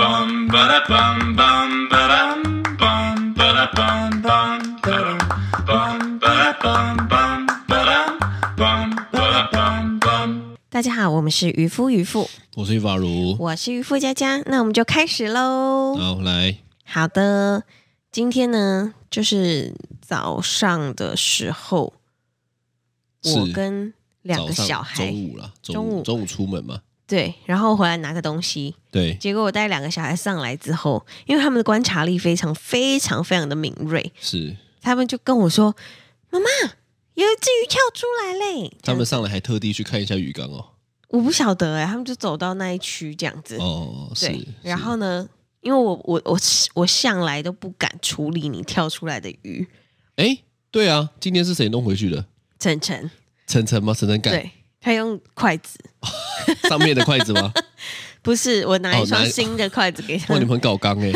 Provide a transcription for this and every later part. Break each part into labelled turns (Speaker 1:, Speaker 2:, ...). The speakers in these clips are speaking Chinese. Speaker 1: bum ba da bum bum ba dum bum ba da bum bum ba dum bum ba da bum bum ba dum bum ba da bum bum.
Speaker 2: 大家好，我们是渔夫渔妇，
Speaker 3: 我是法如，
Speaker 2: 我是渔夫佳佳，那我们就开始喽。
Speaker 3: 好来，
Speaker 2: 好的，今天呢，就是早上的时候，
Speaker 3: 是
Speaker 2: 我跟两
Speaker 3: 早
Speaker 2: 个
Speaker 3: 上
Speaker 2: 小孩
Speaker 3: 中午啦，
Speaker 2: 中
Speaker 3: 中
Speaker 2: 午
Speaker 3: 午中午出门嘛，
Speaker 2: 对，然后回来拿个东西，
Speaker 3: 对，
Speaker 2: 结果我带两个小孩上来之后，因为他们的观察力非常非常非常的敏锐，
Speaker 3: 是
Speaker 2: 他们就跟我说：“妈妈，有一只鱼跳出来嘞！”这
Speaker 3: 他
Speaker 2: 样
Speaker 3: 们上来还特地去看一下鱼缸哦，
Speaker 2: 我不晓得哎、他们就走到那一区这样子。
Speaker 3: 哦，是
Speaker 2: 呃对，，然
Speaker 3: 是
Speaker 2: 后呢，因为我我我我向来都不敢处理你跳出来的鱼，
Speaker 3: 哎，对啊，今天是谁弄回去的？
Speaker 2: 晨晨，
Speaker 3: 晨晨吗？晨晨干
Speaker 2: 对他用筷子，
Speaker 3: 上面的筷子 吗？
Speaker 2: 不是我拿一
Speaker 3: 哦
Speaker 2: 双
Speaker 3: 拿
Speaker 2: 新的筷 子给他，
Speaker 3: 哇，你们很搞刚 哎，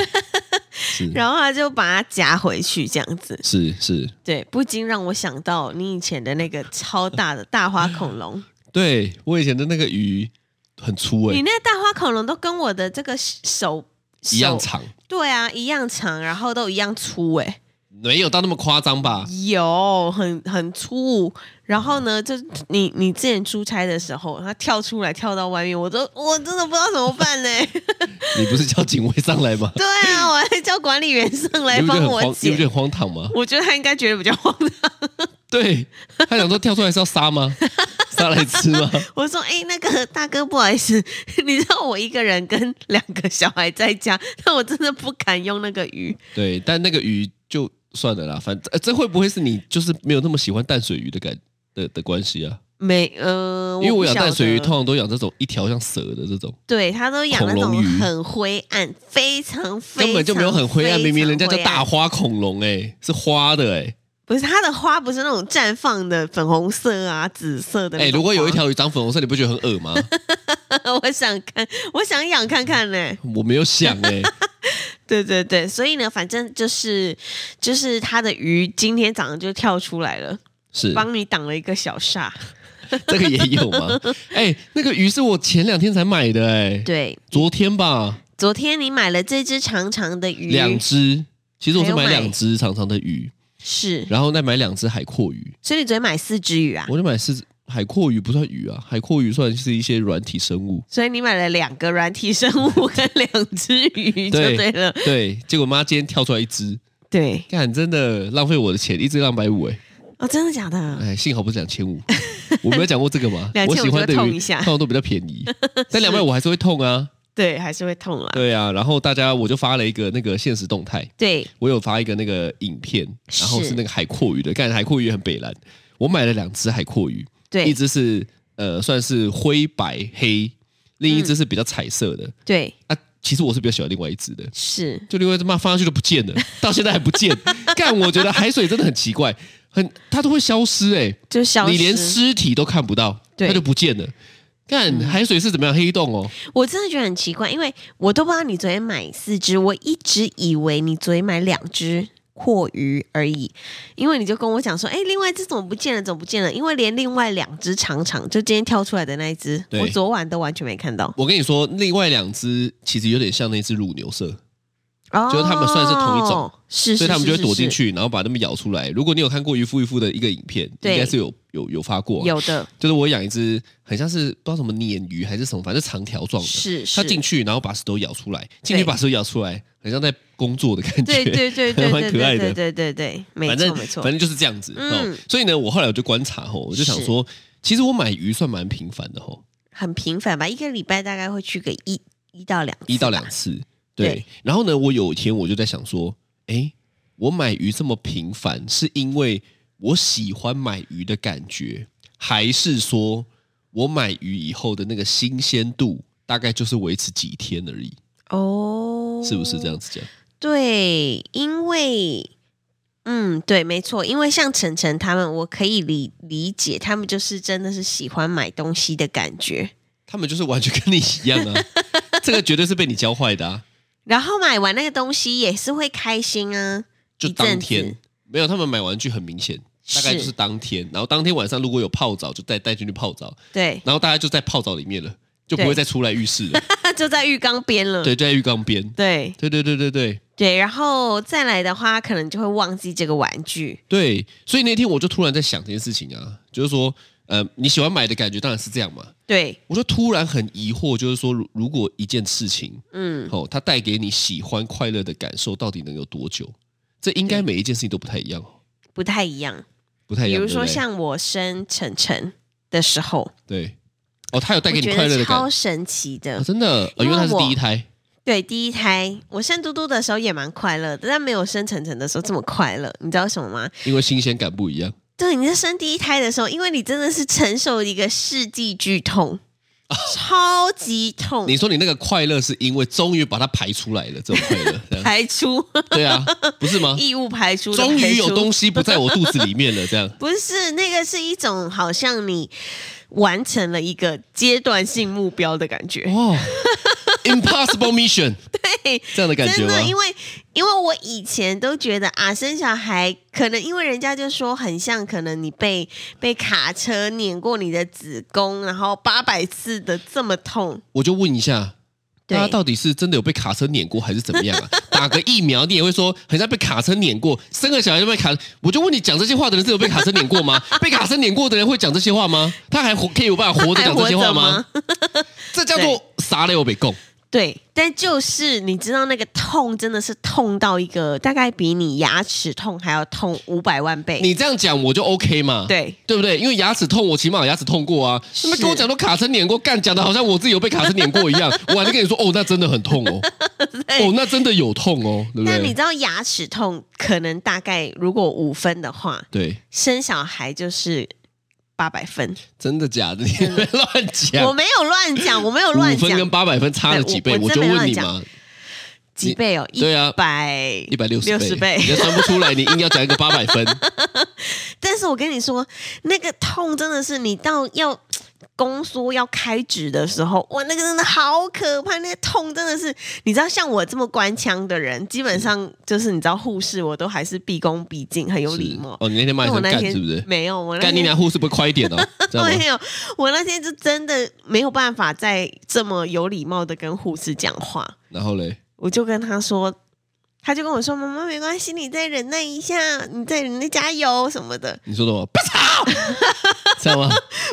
Speaker 3: 是
Speaker 2: 然后他就把它夹回去这样子。
Speaker 3: 是是，
Speaker 2: 对，不禁让我想到你以前的那个超大的大 花恐龙，
Speaker 3: 对我以前的那个鱼很粗
Speaker 2: 你
Speaker 3: 哎，
Speaker 2: 那大花恐龙都跟我的这个手
Speaker 3: 一样
Speaker 2: 手
Speaker 3: 长，
Speaker 2: 对啊，一样长，然后都一样粗、欸，
Speaker 3: 没有到那么夸 张吧？
Speaker 2: 有很很粗。然后呢，就你你之前出差的时候，它跳出来跳到外面，我都我真的不知道怎么办 呢、
Speaker 3: 你不是叫警卫上来吗？
Speaker 2: 对啊，我还叫管理员上来
Speaker 3: 你不觉
Speaker 2: 帮
Speaker 3: 得很
Speaker 2: 我
Speaker 3: 荒？你不觉
Speaker 2: 解
Speaker 3: 得。很荒唐吗？
Speaker 2: 我觉得他应该觉得比较荒唐。
Speaker 3: 对他想说跳出来是要杀 吗？杀来吃吗？
Speaker 2: 我说：“哎、那个大哥，不好意思， 你知道我一个人跟两个小孩在家，那我真的不敢用那个鱼。
Speaker 3: 对，但那个鱼就算了啦，反正、呃、这会不会是你就是没有那么喜欢淡水鱼的感的的关系啊？
Speaker 2: 没，呃，
Speaker 3: 因为
Speaker 2: 我
Speaker 3: 我
Speaker 2: 不
Speaker 3: 养
Speaker 2: 晓
Speaker 3: 淡水鱼，
Speaker 2: 得
Speaker 3: 通常都养这种一条像蛇的这种，
Speaker 2: 对他都养那
Speaker 3: 恐
Speaker 2: 种
Speaker 3: 龙鱼
Speaker 2: 很灰暗，非常非常
Speaker 3: 根本就没有很灰暗，
Speaker 2: 非
Speaker 3: 明明人家
Speaker 2: 常
Speaker 3: 叫
Speaker 2: 灰暗
Speaker 3: 大花恐龙、哎，是花的、
Speaker 2: 不是它的花，不是那种绽放的粉红色啊、紫色的
Speaker 3: 哎、
Speaker 2: 那
Speaker 3: 哎，
Speaker 2: 种
Speaker 3: 如果有一
Speaker 2: 花，
Speaker 3: 条鱼长粉红色，你不觉得很恶吗？
Speaker 2: 我想看，我想养看看呢、
Speaker 3: 我没有想、哎，
Speaker 2: 对对对，所以呢，反正就是就是它的鱼今天早上就跳出来了，
Speaker 3: 是
Speaker 2: 帮你挡了一个小煞。
Speaker 3: 这个也有 吗？哎、那个鱼是我前两天才买的、哎，
Speaker 2: 对，
Speaker 3: 昨天吧，
Speaker 2: 昨天你买了这只长长的鱼，
Speaker 3: 两只。其实我
Speaker 2: 还
Speaker 3: 是
Speaker 2: 有
Speaker 3: 买
Speaker 2: 买
Speaker 3: 两只长长的鱼，
Speaker 2: 是，
Speaker 3: 然后再买两只海阔鱼。
Speaker 2: 所以你昨天买四只鱼啊，
Speaker 3: 我就买是海阔鱼不算鱼啊，海阔鱼算是一些软体生物。
Speaker 2: 所以你买了两个软体生物跟两只鱼就
Speaker 3: 对
Speaker 2: 对了，
Speaker 3: 对，结果妈今天跳出来一只，
Speaker 2: 对，
Speaker 3: 看真的浪费我的钱，一只两百五哎，
Speaker 2: 哦，真的假的？？
Speaker 3: 哎，幸好不是两千五。我没有讲过这个吗
Speaker 2: 2500
Speaker 3: 我喜欢的
Speaker 2: 就会痛
Speaker 3: 鱼
Speaker 2: 一下
Speaker 3: 通常都比较便 宜，但两百五还是会痛啊。
Speaker 2: 对，还是会痛啦。
Speaker 3: 对啊，然后大家我就发了一个那个现实动态，
Speaker 2: 对，
Speaker 3: 我有发一个那个影片，然后
Speaker 2: 是
Speaker 3: 是那个海阔鱼的，看海阔鱼也很北蓝，我买了两只海阔鱼，
Speaker 2: 对
Speaker 3: 一，只是呃算是灰白黑，另一
Speaker 2: 嗯
Speaker 3: 只是比较彩色的。
Speaker 2: 对，
Speaker 3: 啊，其实我是比较喜欢另外一只的，
Speaker 2: 是。
Speaker 3: 就另外一只妈放上去就不见了，到现在还不见。干，我觉得海水真的很奇怪，很它都会消失哎、
Speaker 2: 就消失。
Speaker 3: 你连尸体都看不到，
Speaker 2: 对嗯
Speaker 3: 它就不见了。干，海水是怎么样黑洞哦？
Speaker 2: 我真的觉得很奇怪，因为我都不知道你昨天买四只，我一直以为你昨天买两只阔鱼而已，因为你就跟我讲说，哎，另外一只怎么不见了，怎么不见了？因为连另外两只长长，就今天跳出来的那一只，
Speaker 3: 对
Speaker 2: 我昨晚都完全没看到。
Speaker 3: 我跟你说，另外两只其实有点像那只乳牛色，
Speaker 2: 哦
Speaker 3: 就是它们算是同一种，
Speaker 2: 是是
Speaker 3: 所以它们就会躲进。
Speaker 2: 是是
Speaker 3: 去，然后把它们咬出来。如果你有看过渔夫渔夫的一个影片，
Speaker 2: 对
Speaker 3: 应该是有有有发
Speaker 2: 是
Speaker 3: 过啊，
Speaker 2: 有的
Speaker 3: 就是我养一只很像是不知道什么鲶鱼还是什么，反正长条状的，
Speaker 2: 是是，
Speaker 3: 他进去，然后把石头咬出来，进
Speaker 2: 对
Speaker 3: 去把石头咬出来，很像在工作的感觉。
Speaker 2: 对对对对
Speaker 3: 蛮
Speaker 2: 对
Speaker 3: 可爱
Speaker 2: 对对
Speaker 3: 的
Speaker 2: 对对对，没
Speaker 3: 反
Speaker 2: 错
Speaker 3: 正
Speaker 2: 没错
Speaker 3: 反，正就是这样子。
Speaker 2: 嗯
Speaker 3: 哦，所以呢，我后来我就观察吼，我就想说，其实我买鱼算蛮频繁的吼，
Speaker 2: 很频繁吧，一个礼拜大概会去个一一到两次
Speaker 3: 一到
Speaker 2: 吧
Speaker 3: 两次。对，
Speaker 2: 对
Speaker 3: 然后呢，我有一天我就在想说，诶，我买鱼这么频繁，是因为我喜欢买鱼的感觉，还是说我买鱼以后的那个新鲜度大概就是维持几天而已？
Speaker 2: 哦，
Speaker 3: 是不是这样子讲？
Speaker 2: 对，因为嗯，对，没错，因为像晨晨他们，我可以理理解，他们就是真的是喜欢买东西的感觉，
Speaker 3: 他们就是完全跟你一样 啊，这个绝对是被你教坏的啊！
Speaker 2: 然后买完那个东西也是会开心啊，
Speaker 3: 就
Speaker 2: 一
Speaker 3: 当
Speaker 2: 阵
Speaker 3: 天
Speaker 2: 子
Speaker 3: 没有，他们买玩具很明显，大概就是当天，然后当天晚上如果有泡澡就再带进去泡澡，
Speaker 2: 对
Speaker 3: 然后大家就在泡澡里面了。就不会再出来浴室了。
Speaker 2: 就在浴缸边了。
Speaker 3: 对，就在浴缸边。
Speaker 2: 对
Speaker 3: 对对对对对
Speaker 2: 对，然后再来的话，可能就会忘记这个玩具。
Speaker 3: 对，所以那天我就突然在想这件事情啊，就是说，呃，你喜欢买的感觉当然是这样嘛。
Speaker 2: 对，
Speaker 3: 我就突然很疑惑，就是说，如如果一件事情，
Speaker 2: 嗯，
Speaker 3: 哦，它带给你喜欢、快乐的感受，到底能有多久？这应该每一件事情都不太一样哦，
Speaker 2: 不太一样。
Speaker 3: 不太一
Speaker 2: 比
Speaker 3: 样。
Speaker 2: 如说
Speaker 3: 对不对
Speaker 2: 像我生晨晨的时候，
Speaker 3: 对，哦，它有带给
Speaker 2: 我
Speaker 3: 你
Speaker 2: 觉
Speaker 3: 快乐
Speaker 2: 得
Speaker 3: 的感
Speaker 2: 超神奇的
Speaker 3: 哦。真的，呃
Speaker 2: 因为
Speaker 3: 因为它是
Speaker 2: 我
Speaker 3: 第一胎，
Speaker 2: 对，第一胎我生嘟嘟的时候也蛮快乐的，但没有生晨晨的时候这么快乐。你知道为什么吗？
Speaker 3: 因为新鲜感不一样。
Speaker 2: 对，你在生第一胎的时候，因为你真的是承受一个世纪剧痛，超级痛
Speaker 3: 啊你，说你那个快乐是因为终于把它排出来了，这种快乐，这样
Speaker 2: 排出
Speaker 3: 对啊，不是吗？
Speaker 2: 异物排出的排出，
Speaker 3: 终于有东西不在我肚子里面了，这样。
Speaker 2: 不是那个是一种好像你完成了一个阶段性目标的感觉，
Speaker 3: 哇，impossible mission，
Speaker 2: 对，
Speaker 3: 这样的感觉
Speaker 2: 真
Speaker 3: 吗
Speaker 2: 的，？因为因为我以前都觉得啊，生小孩可能因为人家就说很像，可能你被被卡车碾过你的子宫，然后八百次的这么痛，
Speaker 3: 我就问一下，
Speaker 2: 对
Speaker 3: 大家到底是真的有被卡车碾过，还是怎么样啊？ 打个疫苗，你也会说很像被卡车碾过，生个小孩就被卡。我就问你，讲这些话的人是有被卡车碾 过吗？被卡车碾过的人会讲这些话吗？他还活可以有办法活着
Speaker 2: 还
Speaker 3: 讲这
Speaker 2: 活
Speaker 3: 些话
Speaker 2: 着
Speaker 3: 吗？？这叫做啥雷我被供。
Speaker 2: 对，但就是你知道那个痛真的是痛到一个大概比你牙齿痛还要痛五百万倍，
Speaker 3: 你这样讲我就 OK 嘛？。
Speaker 2: 对。
Speaker 3: 对不对？因为牙齿痛，我起码有牙齿痛过啊。
Speaker 2: 是
Speaker 3: 那边跟我讲都卡车碾过，干讲的好像我自己有被卡车碾过一 样。我还在跟你说，哦，那真的很痛哦，哦，那真的有痛哦，对不
Speaker 2: 那你
Speaker 3: 对？
Speaker 2: 知道牙齿痛可能大概如果五分的话，
Speaker 3: 对，
Speaker 2: 生小孩就是八百分。
Speaker 3: 真的假的？你别 乱
Speaker 2: 我
Speaker 3: 讲。
Speaker 2: 没有乱讲，我没有乱
Speaker 3: 五分跟
Speaker 2: 讲，
Speaker 3: 八百分差了几倍？
Speaker 2: 对我
Speaker 3: 我
Speaker 2: 我
Speaker 3: 就
Speaker 2: 真没
Speaker 3: 问你
Speaker 2: 乱讲
Speaker 3: 嘛，
Speaker 2: 几倍哦？
Speaker 3: 对啊
Speaker 2: 一百
Speaker 3: 一百六十
Speaker 2: 六十倍
Speaker 3: 你。还算不出来，你硬要讲一个八百 分，
Speaker 2: 但是我跟你说，那个痛真的是你到要嗯宫缩要开指的时候，哇，那个真的好可怕，那个痛真的是，你知道像我这么官腔的人，基本上就是你知道护士我都还是毕恭毕敬，很有礼
Speaker 3: 是
Speaker 2: 貌。
Speaker 3: 哦，你那天骂
Speaker 2: 那
Speaker 3: 一
Speaker 2: 我
Speaker 3: 声
Speaker 2: 那
Speaker 3: 干
Speaker 2: 天
Speaker 3: 是不是？
Speaker 2: 没有，我那
Speaker 3: 干你
Speaker 2: 天
Speaker 3: 俩护士不会快一点哦？知道吗？
Speaker 2: 没有，我那天就真的没有办法再这么有礼貌的跟护士讲话，
Speaker 3: 然后嘞，
Speaker 2: 我就跟他说，他就跟我说：“妈妈，没关系，你再忍耐一下，你再忍耐，加油什么的。
Speaker 3: 你说 什么？不吵，知道吗？”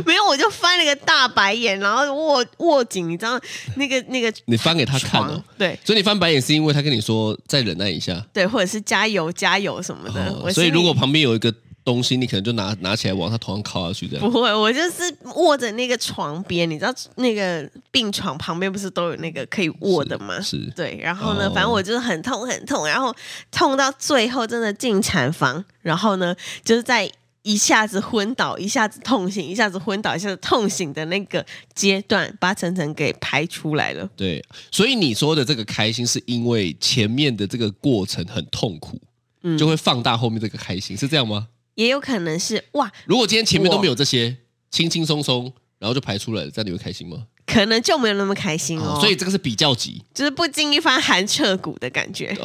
Speaker 2: 没有，我就翻了个大白眼，然后握握紧，你知道那个那个
Speaker 3: 你翻给他看
Speaker 2: 床
Speaker 3: 哦。，
Speaker 2: 对
Speaker 3: 所以你翻白眼是因为他跟你说再忍耐一下，
Speaker 2: 对，或者是加油加油什么的。我
Speaker 3: 哦、
Speaker 2: 心
Speaker 3: 所以
Speaker 2: 里
Speaker 3: 如果旁边有一个东西，你可能就拿拿起来往他头上敲下去，这
Speaker 2: 不
Speaker 3: 样
Speaker 2: 会，我就是握着那个床边，你知道那个病床旁边不是都有那个可以握的吗？
Speaker 3: 是是
Speaker 2: 对，然后呢，
Speaker 3: 哦
Speaker 2: 反正我就是很痛很痛，然后痛到最后真的进产房，然后呢，就是在一下子昏倒，一下子痛醒，一下子昏倒，一下子痛醒的那个阶段，把晨晨给排出来了。
Speaker 3: 对。所以你说的这个开心，是因为前面的这个过程很痛苦，
Speaker 2: 嗯
Speaker 3: 就会放大后面这个开心，是这样吗？
Speaker 2: 也有可能是哇，
Speaker 3: 如果今天前面
Speaker 2: 我
Speaker 3: 都没有这些，轻轻松松，然后就排出来了，这样你会开心吗？
Speaker 2: 可能就没有那么开心哦，
Speaker 3: 所以这个是比较级，
Speaker 2: 就是不经一番寒彻骨的感 觉。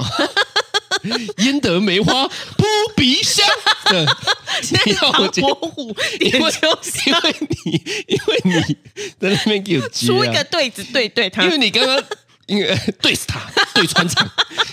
Speaker 3: 焉得梅花 扑鼻香？对
Speaker 2: 现在
Speaker 3: 你
Speaker 2: 是
Speaker 3: 要我
Speaker 2: 唐
Speaker 3: 接
Speaker 2: 伯虎点
Speaker 3: 因为
Speaker 2: 秋
Speaker 3: 因
Speaker 2: 香。
Speaker 3: 为你，因为你在那边给我接、啊，
Speaker 2: 出一个对子对对他
Speaker 3: 因，为你刚刚因为呃对死他，对穿 场，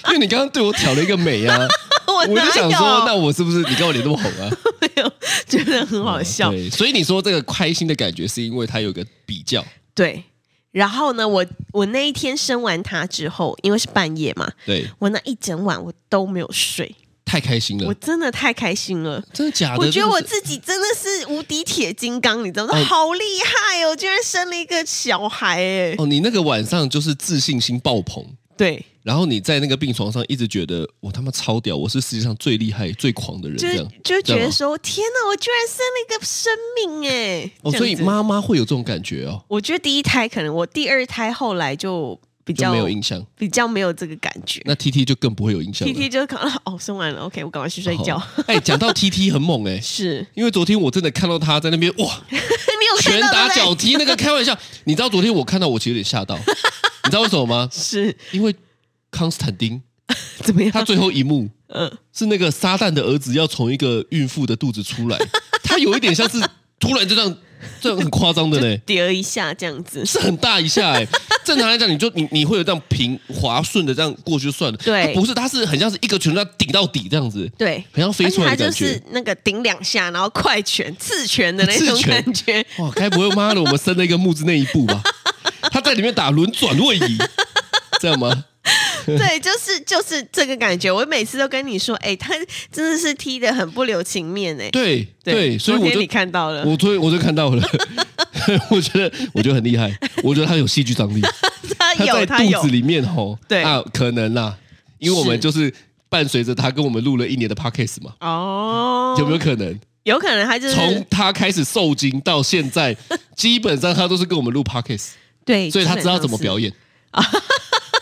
Speaker 3: 因为你刚刚对我挑了一个美啊，
Speaker 2: 我
Speaker 3: 我
Speaker 2: 哪
Speaker 3: 就想
Speaker 2: 有？
Speaker 3: 说，那我是不是你跟我脸那哦么红啊？
Speaker 2: 没有，觉得很好 笑。
Speaker 3: 对，所以你说这个开心的感觉是因为它有个比较，
Speaker 2: 对，然后呢，我我那一天生完他之后，因为是半夜嘛，
Speaker 3: 对，
Speaker 2: 我那一整晚我都没有睡，
Speaker 3: 太开心
Speaker 2: 我
Speaker 3: 了，
Speaker 2: 真的太开心了。
Speaker 3: 真的假的？
Speaker 2: 我觉得我
Speaker 3: 真的是
Speaker 2: 自己真的是无敌铁金刚，你知道吗？
Speaker 3: 哦
Speaker 2: 好厉害哦！居然生了一个小孩哎、
Speaker 3: 哦，你那个晚上就是自信心爆棚。
Speaker 2: 对，
Speaker 3: 然后你在那个病床上一直觉得我他妈超屌，我是世界上最厉害、最狂的人，
Speaker 2: 就
Speaker 3: 这
Speaker 2: 是
Speaker 3: 样
Speaker 2: 就觉
Speaker 3: 这样
Speaker 2: 得
Speaker 3: 吗
Speaker 2: 说，天哪，我居然生了一个生命哎、
Speaker 3: 哦，
Speaker 2: 这样
Speaker 3: 所以
Speaker 2: 子，
Speaker 3: 妈妈会有这种感觉哦，
Speaker 2: 我觉得第一胎可能，我第二胎后来就比
Speaker 3: 就
Speaker 2: 较
Speaker 3: 没有印象。
Speaker 2: 比较没有这个感觉。
Speaker 3: 那 T T 就更不会有印象
Speaker 2: T
Speaker 3: 了。
Speaker 2: T 就可能 哦，生完了，OK，我赶快去睡觉。
Speaker 3: 哦哎，讲到 T T 很猛哎，
Speaker 2: 是
Speaker 3: 因为昨天我真的看到他在那边哇，
Speaker 2: 你有
Speaker 3: 拳
Speaker 2: 看到对
Speaker 3: 打
Speaker 2: 不对
Speaker 3: 脚踢，那个开玩笑。你知道昨天我看到我其实有点吓到，你知道为什 么吗？
Speaker 2: 是
Speaker 3: 因为康斯坦丁
Speaker 2: 怎么样？
Speaker 3: 他最后一幕
Speaker 2: 嗯，
Speaker 3: 是那个 撒旦的儿子要从一个孕妇的肚子出来，他有一点像是突然就这样这很夸张 的嘞，
Speaker 2: 叠一下这样子，
Speaker 3: 是很大一下哎、正常来讲，你就你你会有这样平滑顺的这样过去就算了，啊
Speaker 2: 对
Speaker 3: 它不是，它是很像是一个拳头要顶到底这样子，
Speaker 2: 对，
Speaker 3: 很像飞
Speaker 2: 而
Speaker 3: 出
Speaker 2: 且
Speaker 3: 来
Speaker 2: 他
Speaker 3: 的感
Speaker 2: 就
Speaker 3: 觉
Speaker 2: 是。那个顶两下，然后快拳、刺拳的那
Speaker 3: 刺
Speaker 2: 种
Speaker 3: 拳
Speaker 2: 感 觉，
Speaker 3: 哇，该不会妈的我们生了一个木字那一步吧？他在里面打轮转位移，这样吗？
Speaker 2: 对，就是就是这个感觉。我每次都跟你说，哎、他真的是踢的很不留情面哎、
Speaker 3: 对对，所以
Speaker 2: 昨
Speaker 3: 我
Speaker 2: 天
Speaker 3: 就
Speaker 2: 你看到了，
Speaker 3: 我昨天我就看到了， 我觉得我觉得很厉害，我觉得他有戏剧张力，
Speaker 2: 他
Speaker 3: 他
Speaker 2: 有
Speaker 3: 在
Speaker 2: 他
Speaker 3: 肚
Speaker 2: 有
Speaker 3: 子，里面吼，
Speaker 2: 对
Speaker 3: 啊，可能啦，因为我们
Speaker 2: 是
Speaker 3: 就是伴随着他跟我们录了一年的 podcast 嘛，
Speaker 2: 哦，
Speaker 3: 有没有可能？
Speaker 2: 有可能他就是
Speaker 3: 从他开始受精到 现在，基本上他都是跟我们录 podcast，
Speaker 2: 对，
Speaker 3: 所以他知道怎么
Speaker 2: 演，
Speaker 3: 表演，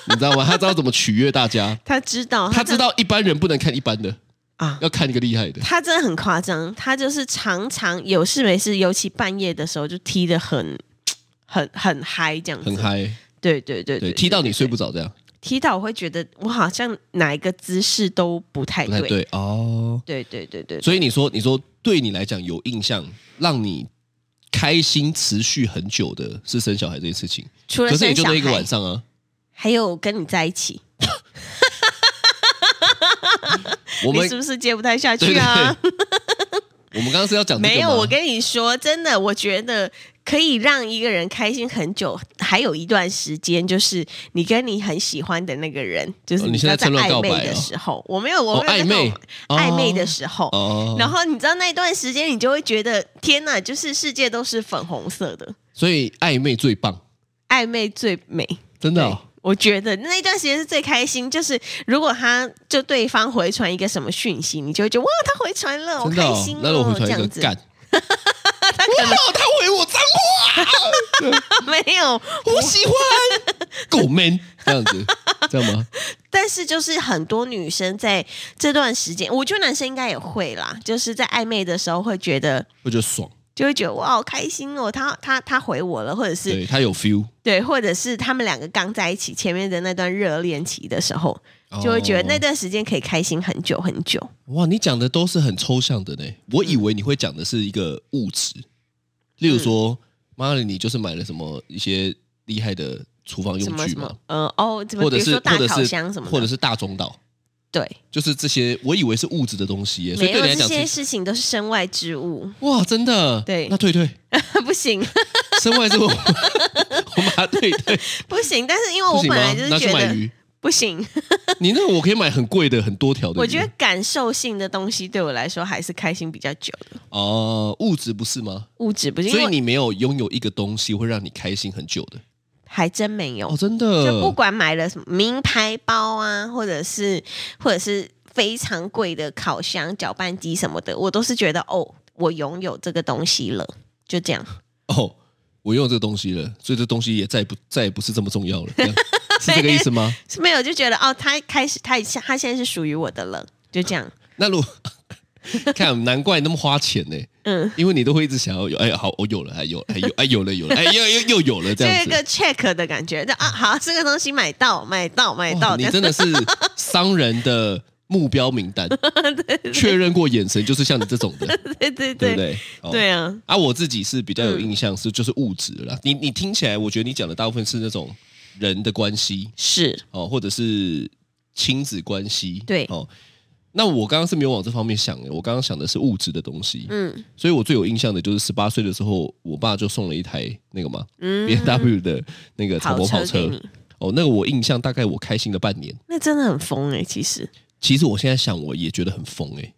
Speaker 3: 你知道吗？他知道怎么取悦大家，
Speaker 2: 哦他知道
Speaker 3: 他
Speaker 2: 真
Speaker 3: 知道一般人不能看一般的，
Speaker 2: 啊。
Speaker 3: 要看一个厉害的。
Speaker 2: 他真的很夸张，他就是常常有事没事，尤其半夜的时候就踢的很很很嗨这样子，
Speaker 3: 很，嗨，
Speaker 2: 对对对
Speaker 3: 对，踢到你睡不
Speaker 2: 着，
Speaker 3: 着这样，
Speaker 2: 踢到我会觉得我好像哪一个姿势都不太
Speaker 3: 不太
Speaker 2: 对，
Speaker 3: 对哦。
Speaker 2: 对对对对，
Speaker 3: 所以你说，你说对你来讲有印象，让你开心持续很久的是生小孩这件事情，
Speaker 2: 除了
Speaker 3: 可是也
Speaker 2: 生
Speaker 3: 就
Speaker 2: 小
Speaker 3: 那一个
Speaker 2: 孩
Speaker 3: 晚，上啊。
Speaker 2: 还有跟你在一起，
Speaker 3: 我
Speaker 2: 你
Speaker 3: 们
Speaker 2: 是不是接不太下
Speaker 3: 对
Speaker 2: 去啊？
Speaker 3: 对对我们刚刚是要讲哦这个
Speaker 2: 没有，
Speaker 3: 吗
Speaker 2: 我跟你说，真的，我觉得可以让一个人开心很久，还有一段时间，就是你跟你很喜欢的那个人，就是
Speaker 3: 哦你现
Speaker 2: 在在
Speaker 3: 在趁乱
Speaker 2: 暧
Speaker 3: 告
Speaker 2: 昧
Speaker 3: 白
Speaker 2: 的
Speaker 3: 哦
Speaker 2: 时候，我没有，我
Speaker 3: 哦
Speaker 2: 没有在
Speaker 3: 暧昧
Speaker 2: 那种暧昧
Speaker 3: 哦
Speaker 2: 的时候。
Speaker 3: 哦，
Speaker 2: 然后你知道那一段时间，你就会觉得天哪，就是世界都是粉红色的，
Speaker 3: 所以暧昧最棒，
Speaker 2: 暧昧最美。
Speaker 3: 真的、哦。
Speaker 2: 我觉得那一段时间是最开心，就是如果他就对方回传一个什么讯息，你就会觉得哇，他回传了，我
Speaker 3: 真的、
Speaker 2: 开
Speaker 3: 哦
Speaker 2: 心哦，
Speaker 3: 那如果回传
Speaker 2: 这
Speaker 3: 一个
Speaker 2: 样子
Speaker 3: 干，哇，他回我脏话，
Speaker 2: 没有，
Speaker 3: 我喜欢，够 man，这样 子，这样吗？
Speaker 2: 但是就是很多女生在这段时间，我觉得男生应该也会啦，就是在暧昧的时候会觉得，
Speaker 3: 我觉得爽，
Speaker 2: 就会觉得哇，好开心哦，他他他回我了，或者是
Speaker 3: 对他有 feel，
Speaker 2: 对，或者是他们两个刚在一起前面的那段热恋期的时候，就会觉得那
Speaker 3: 哦
Speaker 2: 段时间可以开心很久很久。
Speaker 3: 哇，你讲的都是很抽象的
Speaker 2: 嗯
Speaker 3: 呢。我以为你会讲的是一个物质，例如说，
Speaker 2: 嗯
Speaker 3: 妈的，你就是买了什么一些厉害的厨房
Speaker 2: 什
Speaker 3: 用
Speaker 2: 么
Speaker 3: 具
Speaker 2: 什
Speaker 3: 嘛
Speaker 2: 么，，呃，哦，怎么
Speaker 3: 或者
Speaker 2: 比如
Speaker 3: 是
Speaker 2: 说大
Speaker 3: 或者
Speaker 2: 烤
Speaker 3: 是
Speaker 2: 箱什么的，
Speaker 3: 或者是大中岛，
Speaker 2: 对，
Speaker 3: 就是这些，我以为是物质的东西耶，所以
Speaker 2: 没
Speaker 3: 对
Speaker 2: 有
Speaker 3: 你来
Speaker 2: 这
Speaker 3: 讲
Speaker 2: 些
Speaker 3: 是
Speaker 2: 事情都是身外之物，
Speaker 3: 哇，真的，
Speaker 2: 对
Speaker 3: 那退退，
Speaker 2: 不行
Speaker 3: 身外之物，我把它退退，
Speaker 2: 不行。但是因为
Speaker 3: 不
Speaker 2: 我
Speaker 3: 行
Speaker 2: 本
Speaker 3: 吗
Speaker 2: 来就？是
Speaker 3: 拿去
Speaker 2: 觉
Speaker 3: 买
Speaker 2: 得
Speaker 3: 鱼，
Speaker 2: 不行，
Speaker 3: 你那个我可以买很贵的，很多条的鱼。
Speaker 2: 我觉得感受性的东西对我来说还是开心比较久的，
Speaker 3: 哦，物质不是吗？
Speaker 2: 物质不是，
Speaker 3: 所以
Speaker 2: 因为
Speaker 3: 你没有拥有一个东西会让你开心很久的
Speaker 2: 还真没有，
Speaker 3: 哦，真的。
Speaker 2: 就不管买了什么名牌包啊，或者是或者是非常贵的烤箱、搅拌机什么的，我都是觉得哦，我拥有这个东西了，就这样，
Speaker 3: 哦，我用这个东西了，所以这东西也再也不再也不是这么重要了，这 样是这个意思吗？
Speaker 2: 是没有就觉得哦，它开始它它现在是属于我的了，就这样，
Speaker 3: 那如 看，难怪你那么花钱呢、
Speaker 2: 嗯。
Speaker 3: 因为你都会一直想要有，哎，好，我有了，还有，还有，哎，有了，有了，哎，又又又有 了，这
Speaker 2: 就有
Speaker 3: 样
Speaker 2: 一
Speaker 3: 子。
Speaker 2: 个 check 的感觉，就啊，好，这个东西买到，买到，买
Speaker 3: 哇
Speaker 2: 到，
Speaker 3: 哦你
Speaker 2: 这样
Speaker 3: 真的是商人的目标名单，确认过眼神就是像你这种 的，
Speaker 2: 对对
Speaker 3: 对
Speaker 2: 对
Speaker 3: 不对？哦
Speaker 2: 对嗯啊，
Speaker 3: 啊，我自己是比较有印象是就是物质了啦。你你听起来，我觉得你讲的大部分是那种人的关系
Speaker 2: 是
Speaker 3: 哦，或者是亲子关系，
Speaker 2: 对
Speaker 3: 哦。那我刚刚是没有往这方面想的，我刚刚想的是物质的东西，
Speaker 2: 嗯
Speaker 3: 所以我最有印象的就是十八岁的时候，我爸就送了一台那个嘛、B
Speaker 2: 嗯，
Speaker 3: M W 的那个
Speaker 2: 跑
Speaker 3: 敞篷跑
Speaker 2: 给
Speaker 3: 车，
Speaker 2: 你，
Speaker 3: 哦，那个我印象大概我开心了半年。
Speaker 2: 那真的很疯哎、其实
Speaker 3: 其实我现在想，我也觉得很疯哎、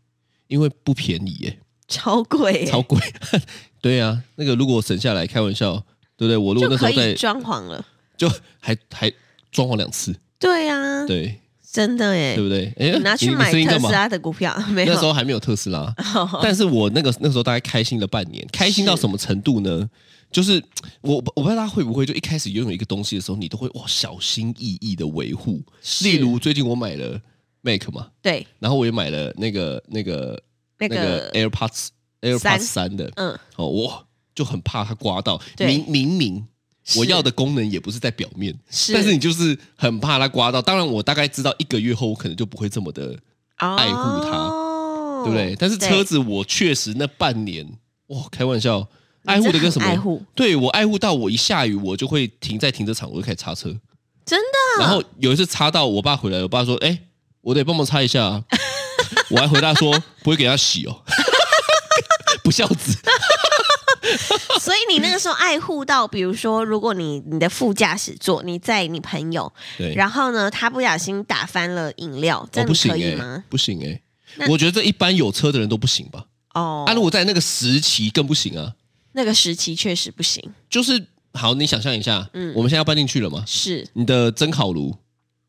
Speaker 3: 因为不便宜耶、
Speaker 2: 超贵、欸，
Speaker 3: 超贵。 对啊，那个如果省下来，开玩笑，对不对？我如果
Speaker 2: 就
Speaker 3: 那时
Speaker 2: 可
Speaker 3: 候
Speaker 2: 以
Speaker 3: 在，
Speaker 2: 装潢了。
Speaker 3: 就还还装潢两次，
Speaker 2: 对啊，
Speaker 3: 对
Speaker 2: 真的哎、
Speaker 3: 对不对？哎，
Speaker 2: 你拿去
Speaker 3: 你
Speaker 2: 买
Speaker 3: 你声音
Speaker 2: 特
Speaker 3: 干
Speaker 2: 斯
Speaker 3: 嘛？
Speaker 2: 拉的股票 没有？
Speaker 3: 那时候还没有特斯拉，
Speaker 2: 哦，
Speaker 3: 但是我那个那时候大概开心了半年，开心到什么程度呢？就是我我不知道大家会不会，就一开始拥有一个东西的时候，你都会哇小心翼翼的维护。
Speaker 2: 是
Speaker 3: 例如最近我买了 Mac 嘛，
Speaker 2: 对
Speaker 3: 然后我也买了那个那个
Speaker 2: 那
Speaker 3: 个
Speaker 2: 个
Speaker 3: AirPods
Speaker 2: 三
Speaker 3: AirPods 三的，
Speaker 2: 嗯，
Speaker 3: 哦，我就很怕它刮到。
Speaker 2: 对
Speaker 3: 明明明
Speaker 2: 是
Speaker 3: 我要的功能也不是在表面，
Speaker 2: 是
Speaker 3: 但是你就是很怕它刮到。当然，我大概知道一个月后我可能就不会这么的，
Speaker 2: 爱
Speaker 3: 爱护
Speaker 2: 它
Speaker 3: 它
Speaker 2: 哦
Speaker 3: 对不对？但是车子我确实那半年，哇，开玩笑，爱护的跟什么？
Speaker 2: 你真的很爱护？
Speaker 3: 对我爱护到我一下雨，我就会停在停车场，我就开始擦车。
Speaker 2: 真 的
Speaker 3: 然后有一次擦到我爸回来，我爸说：“哎、我得帮忙擦一下、 啊。”我还回答说：“不会给他洗哦， 不孝子。
Speaker 2: 所以你那个时候爱护到，比如说，如果你你的副驾驶座你载你朋友，”
Speaker 3: 对，
Speaker 2: 然后呢，他不小心打翻了饮料，这
Speaker 3: 哦
Speaker 2: 样
Speaker 3: 不
Speaker 2: 你
Speaker 3: 行
Speaker 2: 可
Speaker 3: 哎、
Speaker 2: 以吗？
Speaker 3: 不行哎、
Speaker 2: 那
Speaker 3: 我觉得这一般有车的人都不行吧？
Speaker 2: 哦，
Speaker 3: 啊，如果在那个时期更不行啊，
Speaker 2: 那个时期确实不行，
Speaker 3: 就是好，你想象一下，
Speaker 2: 嗯
Speaker 3: 我们现在要搬进去了嘛，
Speaker 2: 是
Speaker 3: 你的蒸烤炉，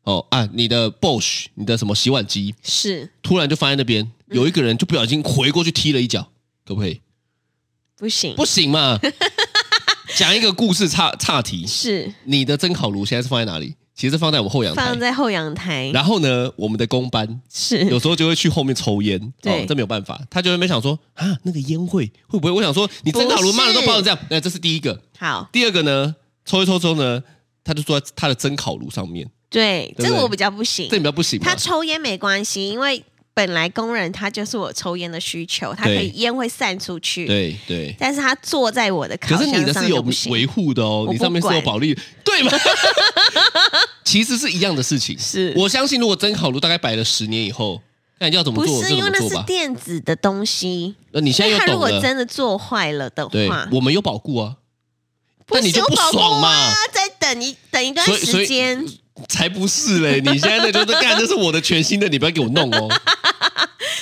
Speaker 3: 哦啊，你的 Bosch，你的什么洗碗机，
Speaker 2: 是
Speaker 3: 突然就放在那边，
Speaker 2: 嗯
Speaker 3: 有一个人就不小心回过去踢了一脚，可不 可以？
Speaker 2: 不行，
Speaker 3: 不行嘛！讲一个故事岔岔题，
Speaker 2: 是
Speaker 3: 你的蒸烤炉现在是放在哪里？其实是放在我们后阳台
Speaker 2: 放。在后阳台，
Speaker 3: 然后呢，我们的工班有
Speaker 2: 是
Speaker 3: 时候就会去后面抽烟，
Speaker 2: 对
Speaker 3: 哦，这没有办法，他就会没想说啊，那个烟味会不会？我想说，你蒸烤炉
Speaker 2: 不是
Speaker 3: 骂的都爆成这样，那这是第一个。
Speaker 2: 好，
Speaker 3: 第二个呢，抽一抽之后呢，他就坐在他的蒸烤炉上面，
Speaker 2: 对，
Speaker 3: 对不
Speaker 2: 这
Speaker 3: 对
Speaker 2: 我比较不行
Speaker 3: 这。你比较不行嘛
Speaker 2: 他？抽烟没关系，因为本来工人他就是我抽烟的需求，他可以烟会散出去，
Speaker 3: 对对。
Speaker 2: 但是他坐在我的
Speaker 3: 可
Speaker 2: 烤
Speaker 3: 是你
Speaker 2: 箱
Speaker 3: 的
Speaker 2: 上
Speaker 3: 是有
Speaker 2: 就不行，
Speaker 3: 维护的哦，
Speaker 2: 我
Speaker 3: 你
Speaker 2: 不
Speaker 3: 上面是有
Speaker 2: 管
Speaker 3: 保利，对 吗？其实是一样的事情。
Speaker 2: 是
Speaker 3: 我相信，如果蒸烤炉大概摆了十年以后，那你要怎么
Speaker 2: 不
Speaker 3: 做
Speaker 2: 是
Speaker 3: 就
Speaker 2: 因
Speaker 3: 怎
Speaker 2: 为
Speaker 3: 么
Speaker 2: 那
Speaker 3: 做
Speaker 2: 是
Speaker 3: 吧。
Speaker 2: 电子的东西？
Speaker 3: 那你现
Speaker 2: 因
Speaker 3: 在
Speaker 2: 为他
Speaker 3: 又
Speaker 2: 如
Speaker 3: 懂
Speaker 2: 果
Speaker 3: 了，
Speaker 2: 真的做坏了的
Speaker 3: 对
Speaker 2: 话，，
Speaker 3: 我们有保固啊，但你就
Speaker 2: 不
Speaker 3: 不
Speaker 2: 是有保
Speaker 3: 爽
Speaker 2: 护
Speaker 3: 嘛
Speaker 2: 啊，再等一等一段
Speaker 3: 所以所以
Speaker 2: 时间，
Speaker 3: 才不是 嘞！你现在那就是干，这是我的全新的，你不要给我弄哦，